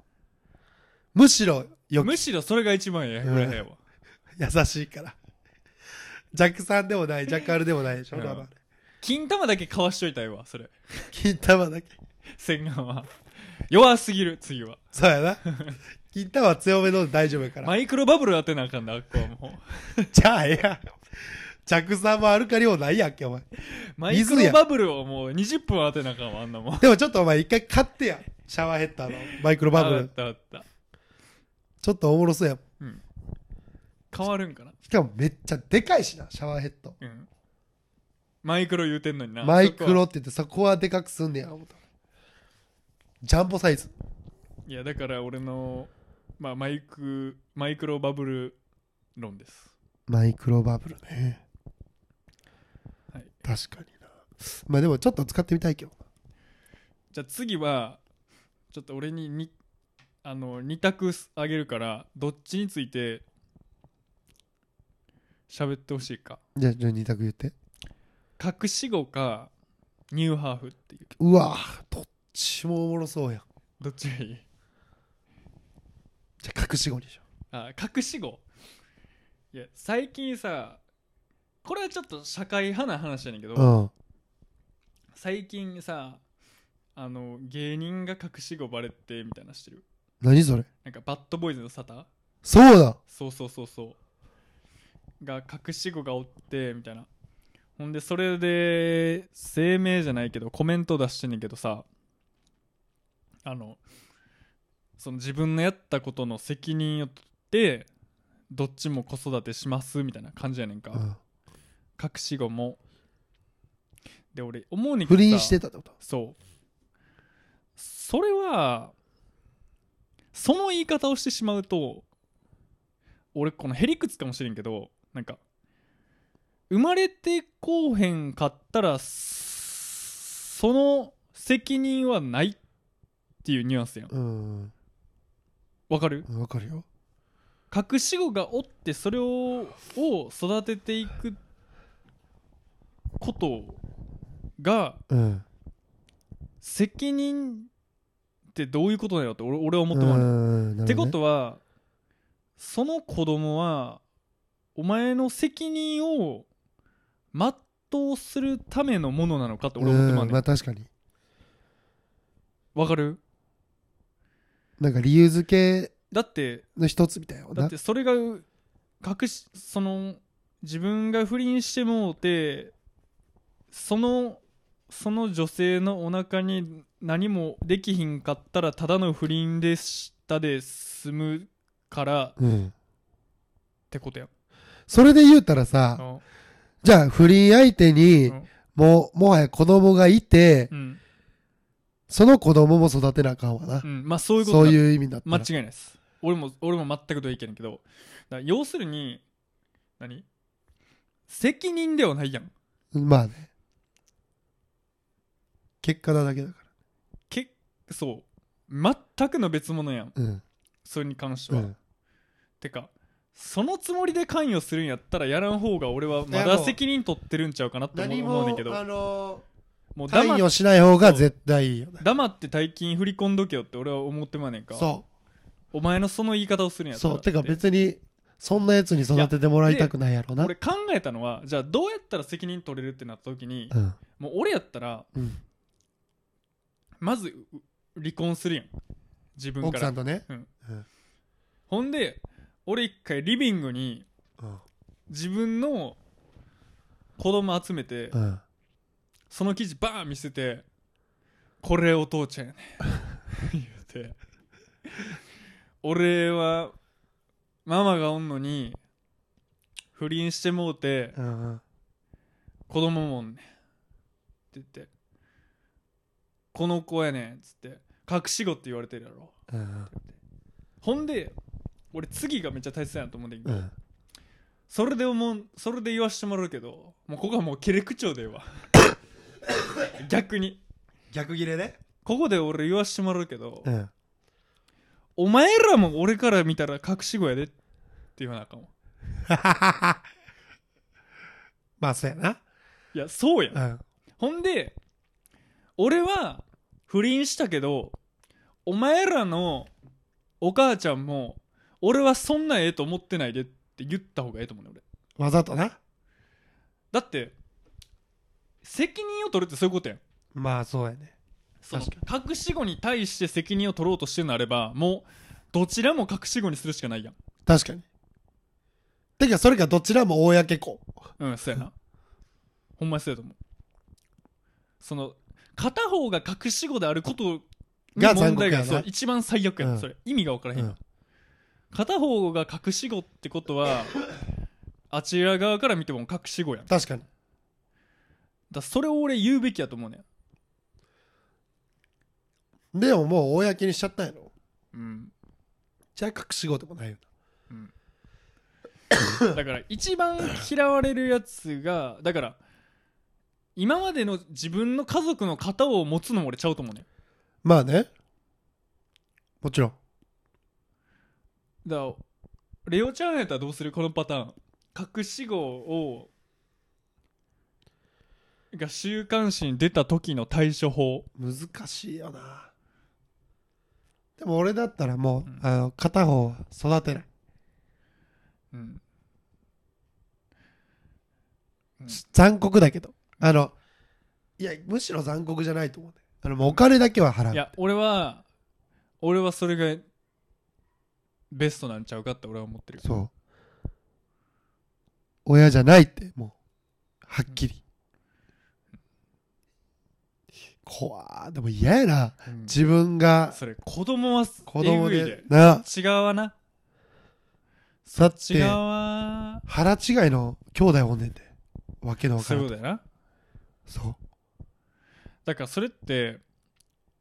B: むしろよく
A: むしろそれが一番ええぐらいやわ
B: 優しいから弱酸でもない弱アルでもないでしょ、
A: うん
B: ラバー
A: 金玉だけかわしといたいわそれ
B: 金玉だけ
A: 洗顔は弱すぎる次は
B: そう やな金玉は強めので大丈夫やから、
A: マイクロバブル当てなあかんなあっこはもう
B: じゃあええやん弱酸もアルカリもないやんけお前
A: マイクロバブルをもう20分当てなあかんわあんなもん
B: でもちょっとお前一回買ってやシャワーヘッダーのマイクロバブ
A: あっ
B: ル
A: たあった
B: ちょっとおもろそうやん
A: うん変わるんかな
B: しかもめっちゃでかいしなシャワーヘッド
A: うんマイクロ言うてんのにな
B: マイク
A: そこ
B: ロ
A: は
B: って言ってそこはでかくすんねや思ったジャンボサイズ
A: いやだから俺の、まあ、マイクマイクロバブル論です
B: マイクロバブルね、
A: はい
B: 確かになまあでもちょっと使ってみたいけど
A: じゃあ次はちょっと俺ににあの2択あげるからどっちについて喋ってほしいか
B: じゃあじゃあ2択言って
A: 隠し子かニューハーフっていう
B: うわどっちもおもろそうやん
A: どっちがいい
B: じゃあ隠し子にしよ
A: あ隠し子いや最近さこれはちょっと社会派な話やねんけど、
B: ううん
A: 最近さあの芸人が隠し子バレてみたいなしてる
B: 何それ
A: なんかバッドボーイズのサタ
B: そうだ
A: そうそうそうそうが隠し子がおってみたいなほんでそれで声明じゃないけどコメント出してんねんけどさあのその自分のやったことの責任を取ってどっちも子育てしますみたいな感じやねんか、
B: うん
A: 隠し子もで俺思うに
B: 不倫してたってこと
A: そうそれはその言い方をしてしまうと俺このへりくつかもしれんけどなんか生まれてこうへんかったらそその責任はないっていうニュアンスやん
B: うん
A: わかる
B: わかるよ
A: 隠し子がおってそれをを育てていくことが
B: うん
A: 責任ってどういうことだよって俺俺は思ってもらう、
B: うん
A: ってことはその子供はお前の責任を全うするためのものなのかって俺は思ってまうねん
B: まあ確かに
A: わかる
B: なんか理由付け
A: だって
B: の一つみたいな
A: だってそれがう隠しその自分が不倫してもうてそのその女性のお腹に何もできひんかったらただの不倫でしたで済むからっ
B: うん
A: てことやん
B: それで言うたら
A: う
B: さ
A: ん
B: じゃあ不倫相手に
A: うん
B: もうもはや子供がいて
A: うん
B: その子供も育てなあかんわな
A: うんまあそういうこと
B: そ
A: だ
B: ういう意味だった
A: 間
B: ら
A: 違いないです俺も俺も全く同意見だけどだから要するに何責任ではないやん
B: まあね結果なだけだか
A: けそう全くの別物やん
B: らうん
A: それに関して
B: う
A: は、
B: ん
A: てかそのつもりで関与するんやったらやらん方が俺はいま
B: や
A: だ
B: もう
A: 責任取ってるんちゃうかなって思う思うねんけど
B: の
A: もう
B: 関
A: 黙っ
B: 与しない方が絶対いいよね
A: 黙って大金振り込んどけよって俺は思ってまんねんか
B: そ
A: お前のその言い方をするん
B: う
A: やったら
B: そうてか
A: って
B: 別にそんなやつに育ててもらいたくないやろな
A: 俺考えたのはじゃあどうやったら責任取れるってなった時に
B: うん
A: もう俺やったら
B: うん
A: まずう離婚するやん自分
B: 奥
A: か
B: さ
A: ら
B: んとね
A: うん
B: うん
A: ほんで俺一回リビングに
B: うん
A: 自分の子供集めて
B: うん
A: その記事バーン見せて「これお父ちゃんやね」 言うて「俺はママがおんのに不倫してもうて
B: うん
A: 子供もおんねん」って言って「この子やねん」っつって「隠し子って言われてるやろ
B: うん」
A: ほんで俺次がめっちゃ大切やなと思うんだけど、
B: うん
A: それで思うそれで言わしてもらうけどもうここはもう切れ口調でええわ 逆に
B: 逆切れね
A: ここで俺言わしてもらうけど、
B: うん
A: お前らも俺から見たら隠し子やでって言わなあかんわ
B: まあそうやない
A: やそうやん
B: うん
A: ほんで俺は不倫したけどお前らのお母ちゃんも俺はそんなええと思ってないでって言った方がええと思うね俺
B: わざとな
A: だって責任を取るってそういうことやん
B: まあそうやね
A: その
B: 確
A: 隠し子に対して責任を取ろうとしてるなればもうどちらも隠し子にするしかないやん
B: 確かにてかそれかどちらも公子
A: うんそうやなほんまにそうやと思うその片方が隠し子であることに
B: が
A: 問題
B: 残
A: が
B: 酷やな
A: そう一番最悪やん、
B: うん
A: それ意味が分からへんやん、
B: うん
A: 片方が隠し子ってことは あちら側から見ても隠し子やんだか
B: 確かに
A: らそれを俺言うべきやと思うねん
B: でももう公にしちゃったんやろ
A: うん
B: じゃあ隠し事でもないよ
A: だから一番嫌われるやつがだから今までの自分の家族の型を持つのも俺ちゃうと思うね
B: まあねもちろん
A: だからレオちゃんやったらどうするこのパターン隠し子をが週刊誌に出た時の対処法
B: 難しいよなでも俺だったらもう、
A: うん
B: あの片方は育てない、
A: うんうん
B: 残酷だけどあのいやむしろ残酷じゃないと思うねあのもうお金だけは払う
A: いや俺は俺はそれがベストなんちゃうかって俺は思ってる
B: そう親じゃないってもうはっきり、怖ーでも嫌やな
A: うん
B: 自分が
A: それ子供は
B: 子供
A: えぐい
B: でな
A: 違うわな
B: だっ
A: 違う
B: て
A: わ
B: 腹違いの兄弟おんねんでわけのわか
A: そう
B: ら
A: いうんことやな
B: そう
A: だからそれって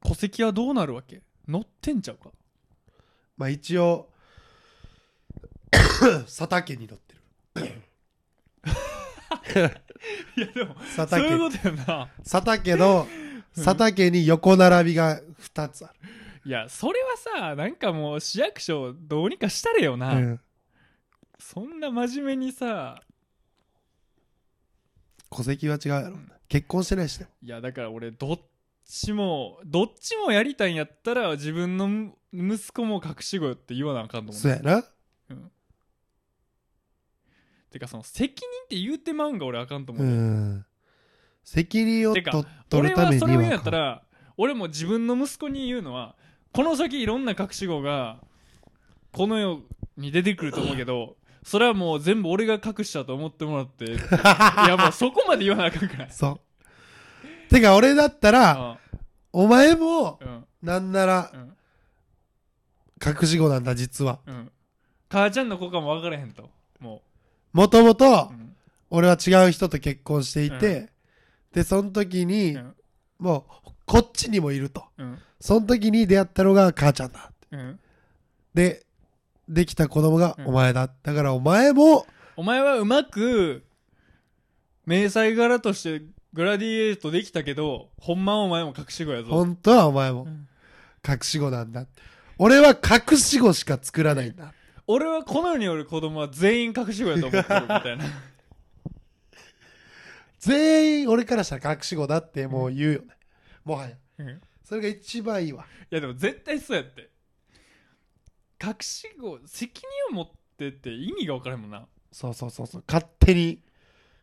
A: 戸籍はどうなるわけ乗ってんちゃうか
B: まあ一応 佐竹に乗ってる
A: いやでも
B: 佐
A: そう
B: 竹
A: いうことやな
B: 佐竹の
A: うん
B: 佐竹に横並びが2つある、
A: いやそれはさなんかもう市役所どうにかしたれよな、
B: うん
A: そんな真面目にさ
B: 戸籍は違うやろ、
A: うん
B: 結婚してないしね
A: いやだから俺どっちもどっちもやりたいんやったら自分のむ息子も隠し子よって言わなあかんと思
B: そう
A: う
B: やな
A: てかその責任って言うてまうんが俺あかんと思
B: う
A: う、
B: ん責任を
A: てか
B: と取
A: 俺
B: るた
A: は
B: めに
A: それを言うんやった
B: は
A: ら俺も自分の息子に言うのはこの先いろんな隠し子がこの世に出てくると思うけどそれはもう全部俺が隠したと思ってもらって いやもうそこまで言わなあかんから
B: そうてか俺だったらお前も
A: うんうん
B: なんなら
A: うん
B: 隠し子なんだ実は
A: うん母ちゃんの子かも分からへんとも
B: もとも
A: う、
B: と
A: うん
B: 俺は違う人と結婚していて、でその時に、
A: うん
B: もうこっちにもいると
A: うん
B: その時に出会ったのが母ちゃんだ
A: うん、
B: でできた子供が
A: うん
B: お前だ、だからお前も
A: お前はうまく迷彩柄としてグラディエートできたけどほんまはお前も隠し子やぞ、
B: 本当はお前
A: う
B: も
A: ん
B: 隠し子なんだ俺は隠し子しか作らないんだ
A: 俺はこの世におる子供は全員隠し子やと思ってるみたいな
B: 全員俺からしたら隠し子だってもう言うよねもはや
A: うんい
B: それが一番いいわ
A: やでも絶対そうやって隠し子責任を持ってって意味が分からへんもんな
B: そうそうそうそう勝手に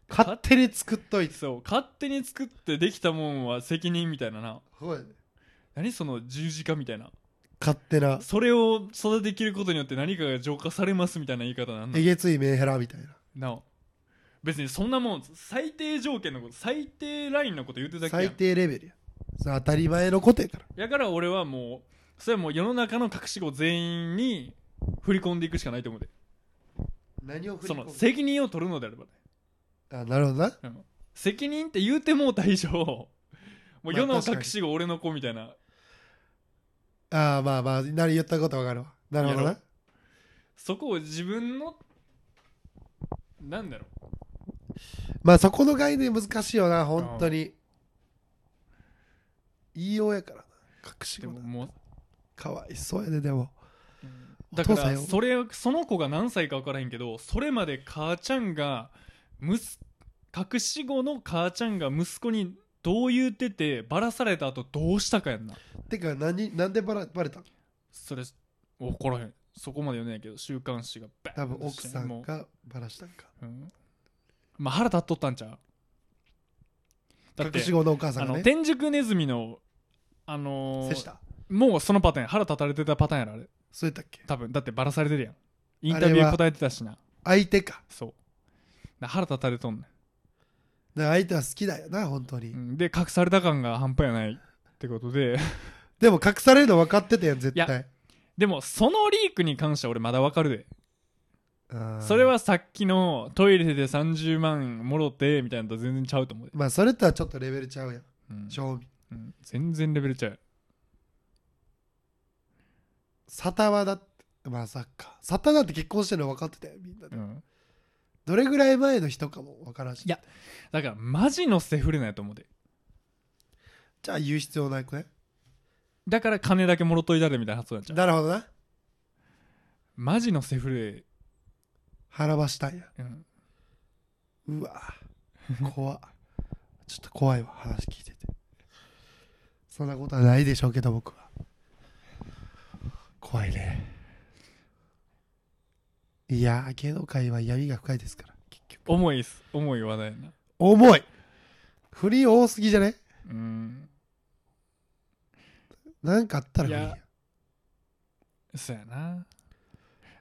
B: 勝手に作っといて
A: そう勝手に作ってできたもんは責任みたいなな
B: そうやね
A: 何その十字架みたいな
B: 勝手な
A: それを育てきることによって何かが浄化されますみたいな言い方なんだ
B: えげついメンヘラみたいな
A: なお別にそんなもん最低条件のこと最低ラインのこと言ってただけや
B: 最
A: ん
B: 低レベルやそれ当たり前のことやから
A: やから俺はもうそれはもう世の中の隠し子全員に振り込んでいくしかないと思うで
B: 何を振り
A: そ
B: 込
A: の
B: む
A: 責任を取るのであればね、
B: あなるほどな
A: うん責任って言うてもうた以上もう世
B: ま
A: の
B: あ確かに
A: 隠し子俺の子みたいな
B: ああまあまあ何言ったことわかるわなるほど
A: や
B: な
A: そこを自分のなんだろう
B: まあそこの概念難しいよな本当に言いようやからな隠し
A: で
B: 子
A: も
B: な
A: もう
B: かわいそうやででも
A: だか
B: お父さん
A: ら
B: よ
A: それその子が何歳か分からへんけどそれまで母ちゃんがむす隠し子の母ちゃんが息子にどう言うててバラされた後どうしたかやんな
B: てか何なんでバラバレたん
A: それ怒らへんそこまで読んでないけど週刊誌がバ
B: 多
A: ーン
B: 分奥さ
A: も
B: ん
A: う
B: がバラしたんか
A: うんまあ腹立っとったんちゃうだって
B: 隠し子のお母さ
A: あ
B: んが
A: の
B: ね
A: 天竺ネズミのあの
B: 接し
A: ー
B: た
A: もうそのパターンや腹立たれてたパターンやろあれ
B: そうやったっけ
A: 多分だってバラされてるやんインタビュー答えてたしな
B: 相手か
A: そうな腹立たれとんね
B: だから相手は好きだよな本当に、
A: んうんで隠された感が半端やないってことで
B: でも隠されるの分かってたやん絶
A: いや
B: 対
A: でもそのリークに関しては俺まだわかるで
B: あー
A: それはさっきのトイレで30万もろてみたいなのと全然ちゃうと思うで、
B: まあそれとはちょっとレベルちゃうやん
A: うん
B: 正味
A: うん全然レベルちゃう
B: サタはだってまあサッカーサタだって結婚してるの分かってたよみんなで、
A: うん
B: どれぐらい前の人かも分からんし
A: いやだからマジのセフレなんやと思うで
B: じゃあ言う必要ないくね
A: だから金だけもろといたでみたいな発想なんちゃう
B: なるほどな
A: マジのセフレ、
B: 腹ばしたんや
A: うん、
B: うわ怖っちょっと怖いわ話聞いててそんなことはないでしょうけど僕は怖いねいやー芸能界は闇が深いですから結局
A: 重いっす重い話題やな
B: 重い振り多すぎじゃね
A: うん
B: なんかあったら不利
A: いやそうやな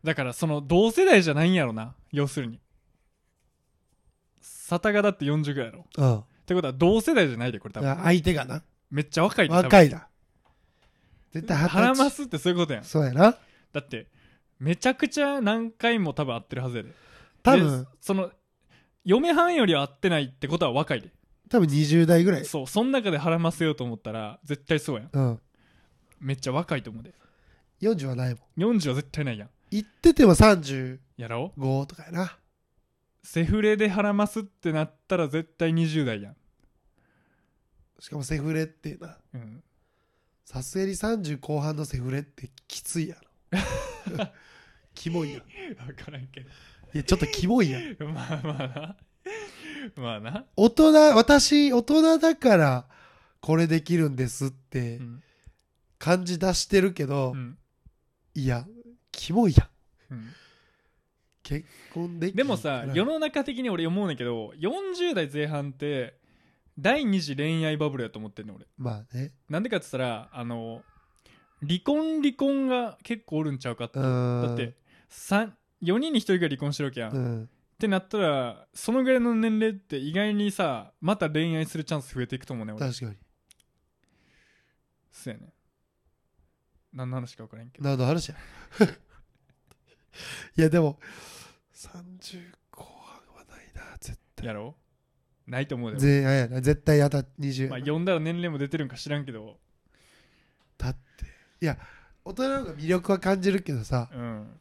A: だからその同世代じゃないんやろな要するにサタがだって40ぐらいやろ
B: やうん
A: ってことは同世代じゃないでこれ多分
B: あ相手がな
A: めっちゃ若いで
B: 若
A: い
B: いだ絶対
A: 腹
B: 二
A: ま
B: 十
A: すってそういうことやん
B: 歳そうやな
A: だってめちゃくちゃ何回も多分会ってるはずやで
B: 多分
A: でその嫁はんよりは会ってないってことは若いで
B: 多分20代ぐらい
A: そうその中で腹ませようと思ったら絶対そうやん
B: うん
A: めっちゃ若いと思うで
B: 40はないもん
A: 40は絶対ないやん
B: 行ってても35
A: やろ
B: とかやな
A: セフレで腹ますってなったら絶対20代やん、
B: しかもセフレってな
A: うん、
B: さすがに30後半のセフレってきついやろ キモいやんい
A: 分からんけ
B: やちょっとキモいやん
A: どまあまあなまあな、
B: 大人私大人だからこれできるんですって
A: うん
B: 感じ出してるけど、
A: うん
B: いやキモいやん
A: うん
B: 結婚でき
A: でもさ世
B: の
A: の中的に俺思うねんだけど40代前半って第二次恋愛バブルやと思ってんねん俺
B: まあね
A: なんでかって言ったらあの離婚離婚が結構おるんちゃうかって
B: う
A: だ
B: ん
A: って4人に1人が離婚してるわけやん、
B: う
A: っ
B: ん
A: てなったらそのぐらいの年齢って意外にさまた恋愛するチャンス増えていくと思うね俺
B: 確かに
A: そうやね何の話か分からんけど
B: 何の話や いやでも30後半はないな絶対
A: やろうないと思うで、
B: 全員あれやな絶対やだ20
A: まあ、呼んだら年齢も出てるんか知らんけど
B: だっていや大人の方が魅力は感じるけどさ
A: うん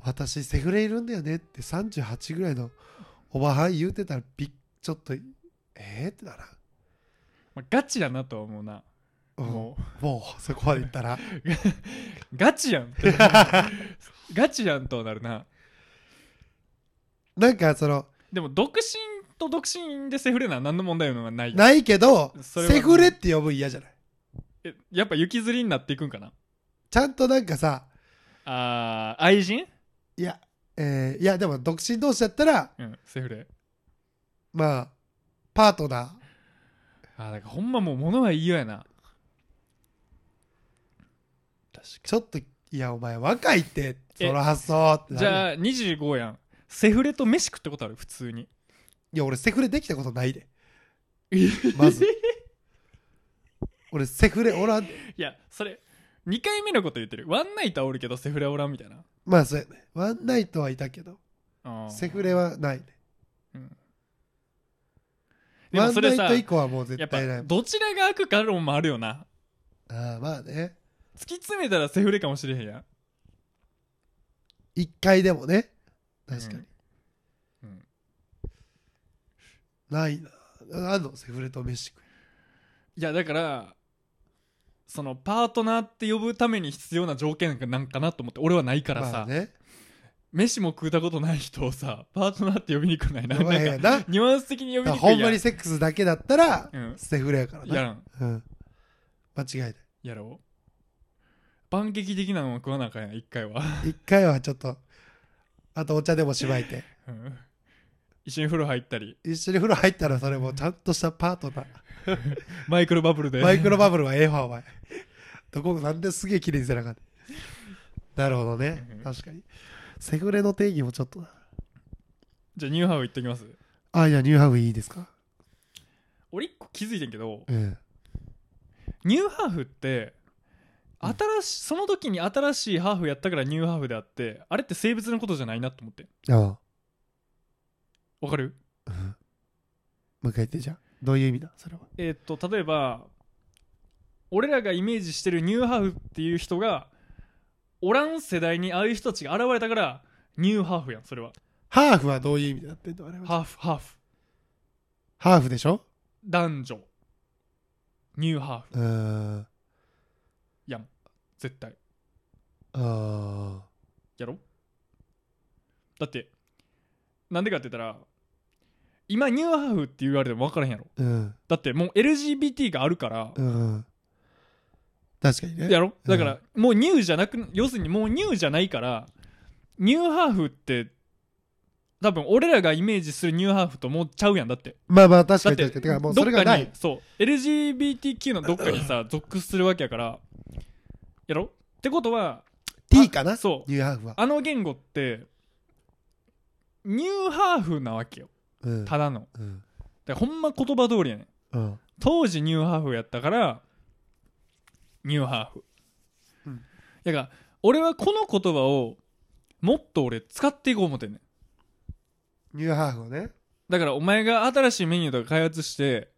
B: 私セフレいるんだよねって38ぐらいのおばはん言うてたらびっちょっとえー、ってならん
A: まあ、ガチだなとは思うな、
B: うんも
A: もう
B: うそこまでいったら
A: ガチやんって ガチやんとはなるな
B: なんかその
A: でも独身と独身でセフレなら何の問題もない
B: ないけど
A: それは
B: セフレって呼ぶん嫌じゃない
A: えやっぱ行きずりになっていくんかな
B: ちゃんとなんかさ
A: あー愛人
B: いやえーいやでも独身同士だったら
A: うんセフレ
B: まあパートナ
A: あーだからほんまもう物は言いようやな確か
B: ーちょっといやお前若いってその発想っ
A: に
B: てな
A: じ
B: る
A: ゃあ25やんセフレと飯食ったことある普通に
B: いや俺セフレできたことないで まず俺セフレおらんで
A: いやそれ2回目のこと言ってるワンナイトはおるけどセフレはおらんみたいな
B: まあそうやねワンナイトはいたけど
A: あー
B: セフレはないね
A: うんで
B: ワ
A: も
B: ン
A: そ
B: ナ
A: れ
B: イ
A: さ
B: ト以降はもう
A: や
B: 絶
A: っぱ
B: 対ない。
A: どちらが悪か論もあるよな
B: ああ、まあね。
A: 突き詰めたらセフレかもしれへんやん
B: 一回でもね。確かに。
A: うんうん
B: ないな。あんのセフレと飯食い。
A: いやだからそのパートナーって呼ぶために必要な条件なんかなと思って俺はないからさ、
B: まあね。
A: 飯も食うたことない人をさパートナーって呼びにくくないな
B: やばい
A: な
B: や
A: んか
B: な。
A: ニュアンス的に呼び
B: だから
A: にくいや
B: ほ
A: ん
B: んまにセックスだけだったら、
A: うん
B: セフレやから
A: や
B: な。
A: らん
B: うん。間違いない。
A: やろうパンケーキ的なのも食わなあかんやん一回は、
B: 一回はちょっと、あとお茶でもしばいて。
A: うん一緒に風呂入ったり
B: 一緒に風呂入ったらそれもちゃんとしたパートナ
A: マイクロバブルで
B: ー。マイクロバブルはええわ、お前。どこなんですげえ綺麗にせなあかんねんなるほどね
A: うん。
B: 確かに。セフレの定義もちょっとな。
A: じゃあニューハーフ行ってきます
B: あ、じゃあニューハーフいいですか
A: 俺一個気づいてんけど
B: うん。
A: ニューハーフって
B: うん
A: 新しその時に新しいハーフやったからニューハーフであってあれって性別のことじゃないなと思って
B: ああ。も
A: わかる
B: う一回言ってじゃあ。どういう意味だそれは。
A: えーっと例えば俺らがイメージしてるニューハーフっていう人がおらん世代にああいう人たちが現れたからニューハーフやんそれは
B: ハーフはどういう意味だってんのあれは
A: ハーフハーフ
B: ハーフでしょ
A: 男女ニューハーフ
B: うーん。
A: やん絶対
B: あ
A: やろだってなんでかって言ったら今ニューハーフって言われても分からへんやろ
B: ーうん。
A: だってもう LGBT があるから、
B: うん。確かにね。
A: やろだからもうニューじゃなく要するにもうニューじゃないからニューハーフって多分俺らがイメージするニューハーフともうちゃうやんだって
B: まあまあ
A: だ
B: 確か
A: っ
B: に
A: て
B: 確かに。てかもう
A: ど
B: そ
A: っ
B: れがな
A: かに
B: い。
A: そう LGBTQ のどっかにさ属するわけやからやろってことは
B: T かな
A: そう
B: ニューハーフは。
A: あの言語ってニューハーフなわけよ
B: うん。
A: ただの
B: うん。
A: だからほんま言葉通りやねん
B: うん。
A: 当時ニューハーフやったからニューハーフ、
B: うん
A: だから俺はこの言葉をもっと俺使っていこう思ってんねん
B: ニューハーフをね。
A: だからお前が新しいメニューとか開発して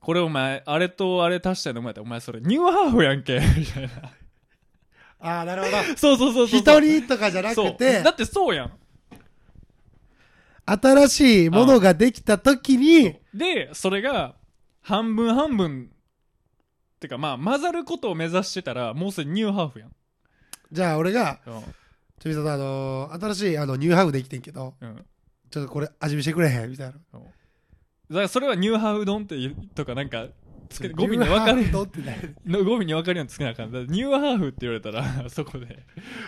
A: これお前あれとあれ足したいのお前やったらお前それニューハーフやんけみたいな
B: ああ、なるほど。
A: そうそうそうそう
B: 一人とかじゃな
A: そ
B: く
A: うだ
B: て、
A: ってそうやん
B: 新しいものができたときに、
A: でそれが半分半分ってかまあ混ざることを目指してたらもうそれニューハーフやん、
B: じゃあ俺が、
A: うん
B: ちょびさん、あのー、新しいあのニューハーフできてんけど、
A: うん、
B: ちょっとこれ味見してくれへんみたいな。
A: だからそれはニューハーフ丼って言うとかなんかつけ語尾に分かる
B: ニューハーフ
A: よ
B: 丼ってね
A: う に語尾に分かるようにつけなあかんだからニューハーフって言われたらそこで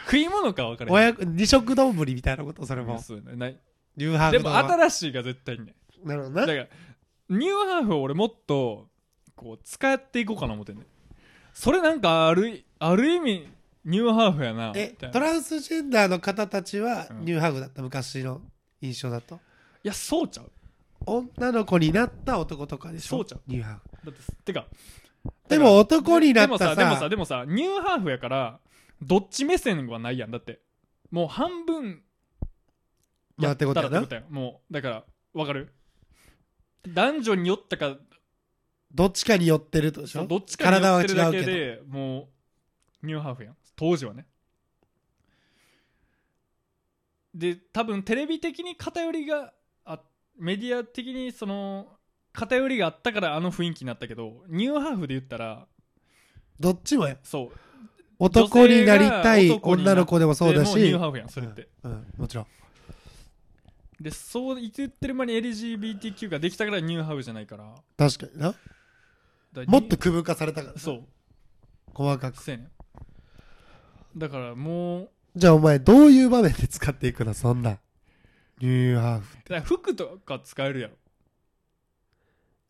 A: 食い物か分からへん
B: 親子二色丼みたいなこと、それ
A: いや
B: も。
A: そうやなない
B: ニューハー
A: で
B: フ丼
A: も
B: は。
A: 新しいが絶対にね
B: なるほど
A: だか
B: な。
A: らニューハーフを俺もっとこう使っていこうかな思ってんねそれなんかあるある意味ニューハーフやな
B: え
A: みたい、な
B: トランスジェンダーの方たちは
A: うん
B: ニューハーフだった、昔の印象だと。
A: いやそうちゃう
B: 女の子になった男とかでしょ
A: そうちゃう
B: ニューハーフ。
A: だっててか
B: でも男にな
A: で
B: っ
A: も
B: た
A: さでもさ
B: さ、
A: でもさニューハーフやからどっち目線はないやんだってもう半分
B: まあってこと
A: や
B: や
A: っ
B: な
A: た。らってことやもうだからわかる男女によったか
B: どっちかに寄ってるとでし
A: そ
B: ょ
A: うどっちかによってるだけ
B: 体は違
A: でもうニューハーフやん当時はねで多分テレビ的に偏りがあメディア的にその偏りがあったからあの雰囲気になったけどニューハーフで言ったら
B: どっちもや。
A: そう
B: 男になりた
A: 女性
B: い
A: が男にな
B: 女の子でもそうだ
A: でもうニ
B: し
A: ュー、ハーフやんそれって、
B: うんうんもちろん。
A: でそう言ってる間に LGBTQ ができたからニューハーフじゃないから
B: 確かにな。
A: だから
B: もっと区分化されたから。
A: そう
B: 細かく。
A: せやねんだからもう
B: じゃあお前、どういう場面で使っていくのそんな。ニューハーフ。
A: だから服とか使えるやろ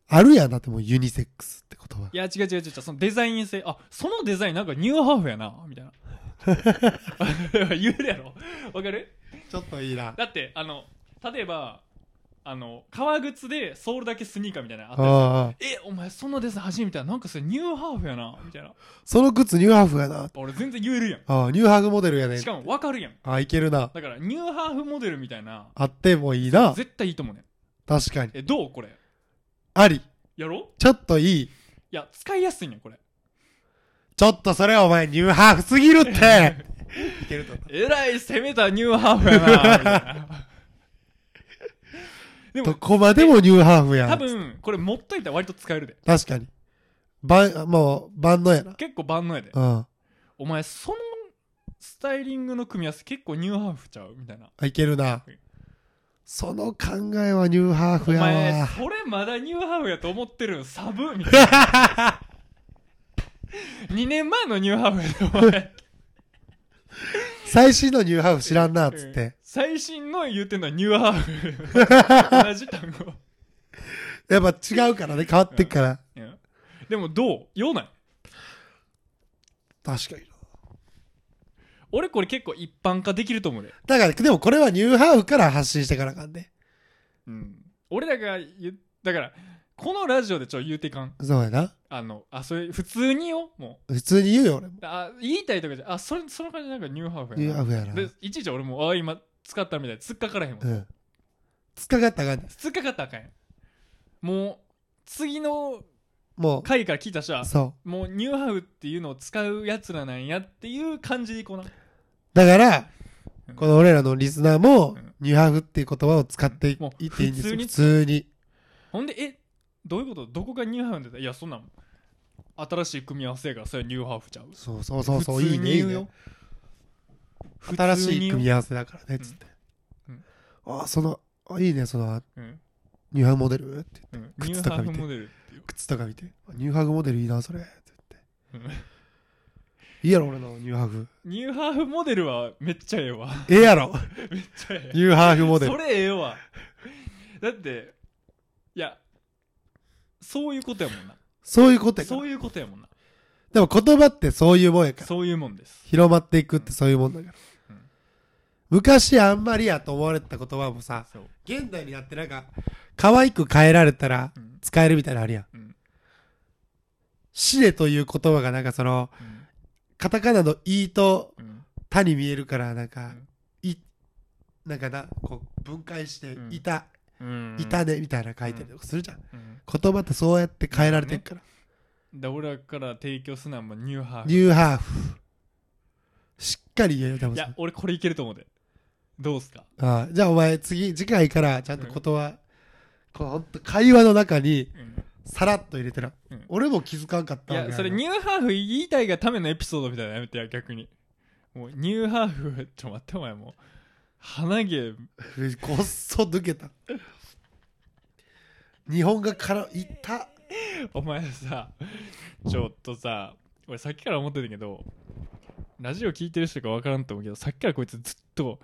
B: あるやん、だってもうユニセックスって言葉
A: い。や違う違う違う違うそのデザイン性あそのデザインなんかニューハーフやなみたいな 言えるやろわかる
B: ちょっといいな。
A: だってあの例えばあの革靴でソールだけスニーカーみたいなのあったり
B: ああ。
A: えお前そんなデザイン初めて見たなんかそれニューハーフやなみたいな
B: その靴ニューハーフやな。
A: 俺全然言えるやん
B: ああ、ニューハーフモデルやね
A: し。かもわかるやん
B: ああ、いけるな。
A: だからニューハーフモデルみたいな
B: あってもいいな。
A: 絶対いいと思うねん
B: 確かに。
A: えどうこれ
B: あり。
A: やろ
B: ちょっといい。
A: いや使いやすいねんこれ
B: ちょっとそれお前ニューハーフすぎるって いけると思
A: えらい攻めたニューハーフやなみたいなで
B: う。ど
A: も
B: こまでもニューハーフやん。
A: 多分これ持っといたら割と使えるで
B: 確かに。ばん、もう、万能やな。
A: 結構万能やで
B: うん。
A: お前そのスタイリングの組み合わせ結構ニューハーフちゃうみたいな
B: あいけるな。その考えはニュー
A: お
B: ハーフや
A: 前
B: わ。
A: それまだニューハーフやと思ってるんサブみたいな2年前のニューハーフやでお前
B: 最新のニューハーフ知らんな、つっ
A: うん
B: て。
A: 最新の言うてんのはニューハ ーフ同じ単語
B: やっぱ違うからね、変わってっから。
A: うんでもどうようない
B: 確かに。
A: 俺これ結構一般化できると思うで、
B: だから、でもこれはニューハーフから発信してからかんで。
A: うん、俺らが言うだからこのラジオでちょっと言うていかん
B: そうやな。
A: あのあそれ普通によも
B: 普通に言うよ、俺も。
A: うあ言いたいとかじゃあそれその感じなんかニューハーフやな
B: ニューハーフやな。
A: でいちいち俺もあ今使ったみたいで突っかからへんわ、
B: うん。つっかかったらあかんで。
A: 突っかかったらあかんやんもう次の
B: も
A: 回から聞いた人は
B: う、そう。
A: もうニューハーフっていうのを使うやつらなんやっていう感じでいこうな
B: だから
A: う、ん
B: この俺らのリスナーも
A: うん、
B: ニューハーフっていう言葉を使ってい
A: もう
B: いっていいんですよ。
A: 普
B: 普通に。
A: ほんでえどういうことどこがニューハーフなんだいやそんなん新しい組み合わせやからそれはニューハーフちゃう
B: そうそうそうそう、
A: 普
B: い
A: 通
B: い
A: に
B: ね、いい
A: 言う
B: ね
A: よ。
B: 新しい組み
A: 合
B: 合わせだからね、つって
A: うん。
B: ああ、その、あいいね、その、
A: わせ
B: ニューハーフモデルって。
A: ニューハーフモデルっていう
B: 靴とか見て。ニューハーフモデルいいな、それ。って言っ
A: うん
B: て。いいやろ、俺のニューハーフ。
A: ニューハーフモデルはめっちゃええわ
B: ええやろ、
A: めっちゃええ
B: ニューハーフモデ
A: そ
B: ル。
A: れええわだっていやそういうことやもんな
B: そういうことやから
A: そういうことやもんな
B: でも言葉ってそういうもんやから。
A: そういうもんです
B: 広まっていくってそういうもんだから
A: うん。
B: 昔あんまりやと思われてた言葉もさ、
A: そう
B: 現代になってなんか、可愛く変えられたら
A: うん
B: 使えるみたいなのあるやん。
A: うん
B: 死ねという言葉がなんかその、
A: うん
B: カタカナのイと
A: うん
B: 他に見えるから、なんか
A: うん、
B: い、なんかな、こう分解して
A: う、ん
B: いた、
A: うん
B: いたねみたいな書いてるとかするじゃん。
A: うん
B: 言葉ってそうやって変えられていくから。
A: で俺らから提供するのはもうニューハーフ
B: ニューハーフ。しっかり言えよ、多分
A: いや俺これいけると思うでどうすか
B: ああじゃあお前次、次回からちゃんと言葉、こうほんと会話の中に
A: うん
B: さらっと入れてな。
A: うん
B: 俺も気づかんかっ
A: い
B: たわ
A: やそれニューハーフ言いたいがためのエピソードみたいなのやめてや逆にもうニューハーフちょっと待ってお前もう鼻毛
B: こっそ抜けた。日本がから、いた。
A: お前さちょっとさ俺さっきから思ってたけどラジオ聞いてる人か分からんと思うけどさっきからこいつずっと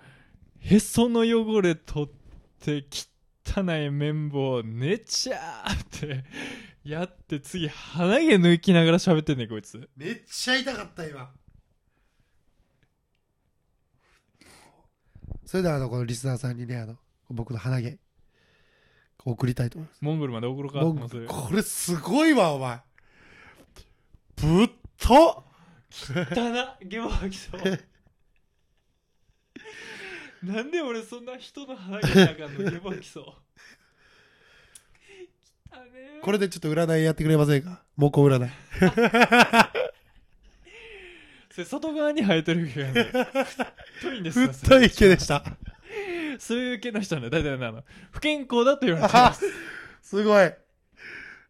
A: へその汚れ取って汚い綿棒寝ちゃーってやって次鼻毛抜きながら喋ってんねんこいつ
B: めっちゃ痛かった今。それではあの、このリスナーさんにね、あの、僕の鼻毛、送りたいと思います。
A: モンゴルまで送ろうか
B: も
A: もうそうれ
B: これすごいわ、お前。ぶっと
A: ただゲボ吐きそうなんで俺そんな人の鼻毛なんか んのゲボ吐きそう汚ねえ
B: これでちょっと占いやってくれませんか猛攻占い。
A: それ外側に生えてる毛がね太いんです
B: ふ
A: よ
B: っとい毛でした。
A: そういう毛の人はね大体ねあの不健康だと言われてます
B: すごい。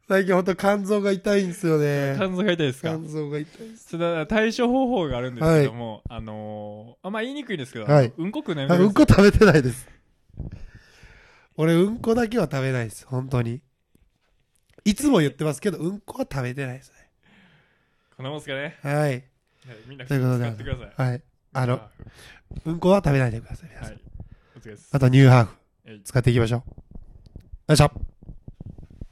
B: 最近ほんと肝臓が痛いんですよね。
A: 肝臓が痛いですか
B: 肝臓が痛いです。
A: それだから対処方法があるんですけども、あのーあんま言いにくいんですけど、
B: はい
A: うんこく ね
B: あ、うんこ食べてないです。俺、うんこだけは食べないです。本当に。いつも言ってますけど、うんこは食べてないです
A: こんなもんすかね、
B: ね。はい。
A: はい、みんな
B: と
A: 使
B: いうことで
A: ってください
B: はい。あの、
A: は
B: うんこは食べないでください。皆さん
A: いお疲れ様です
B: あと、ニューハーフ
A: えい
B: 使っていきましょう。よいしょ。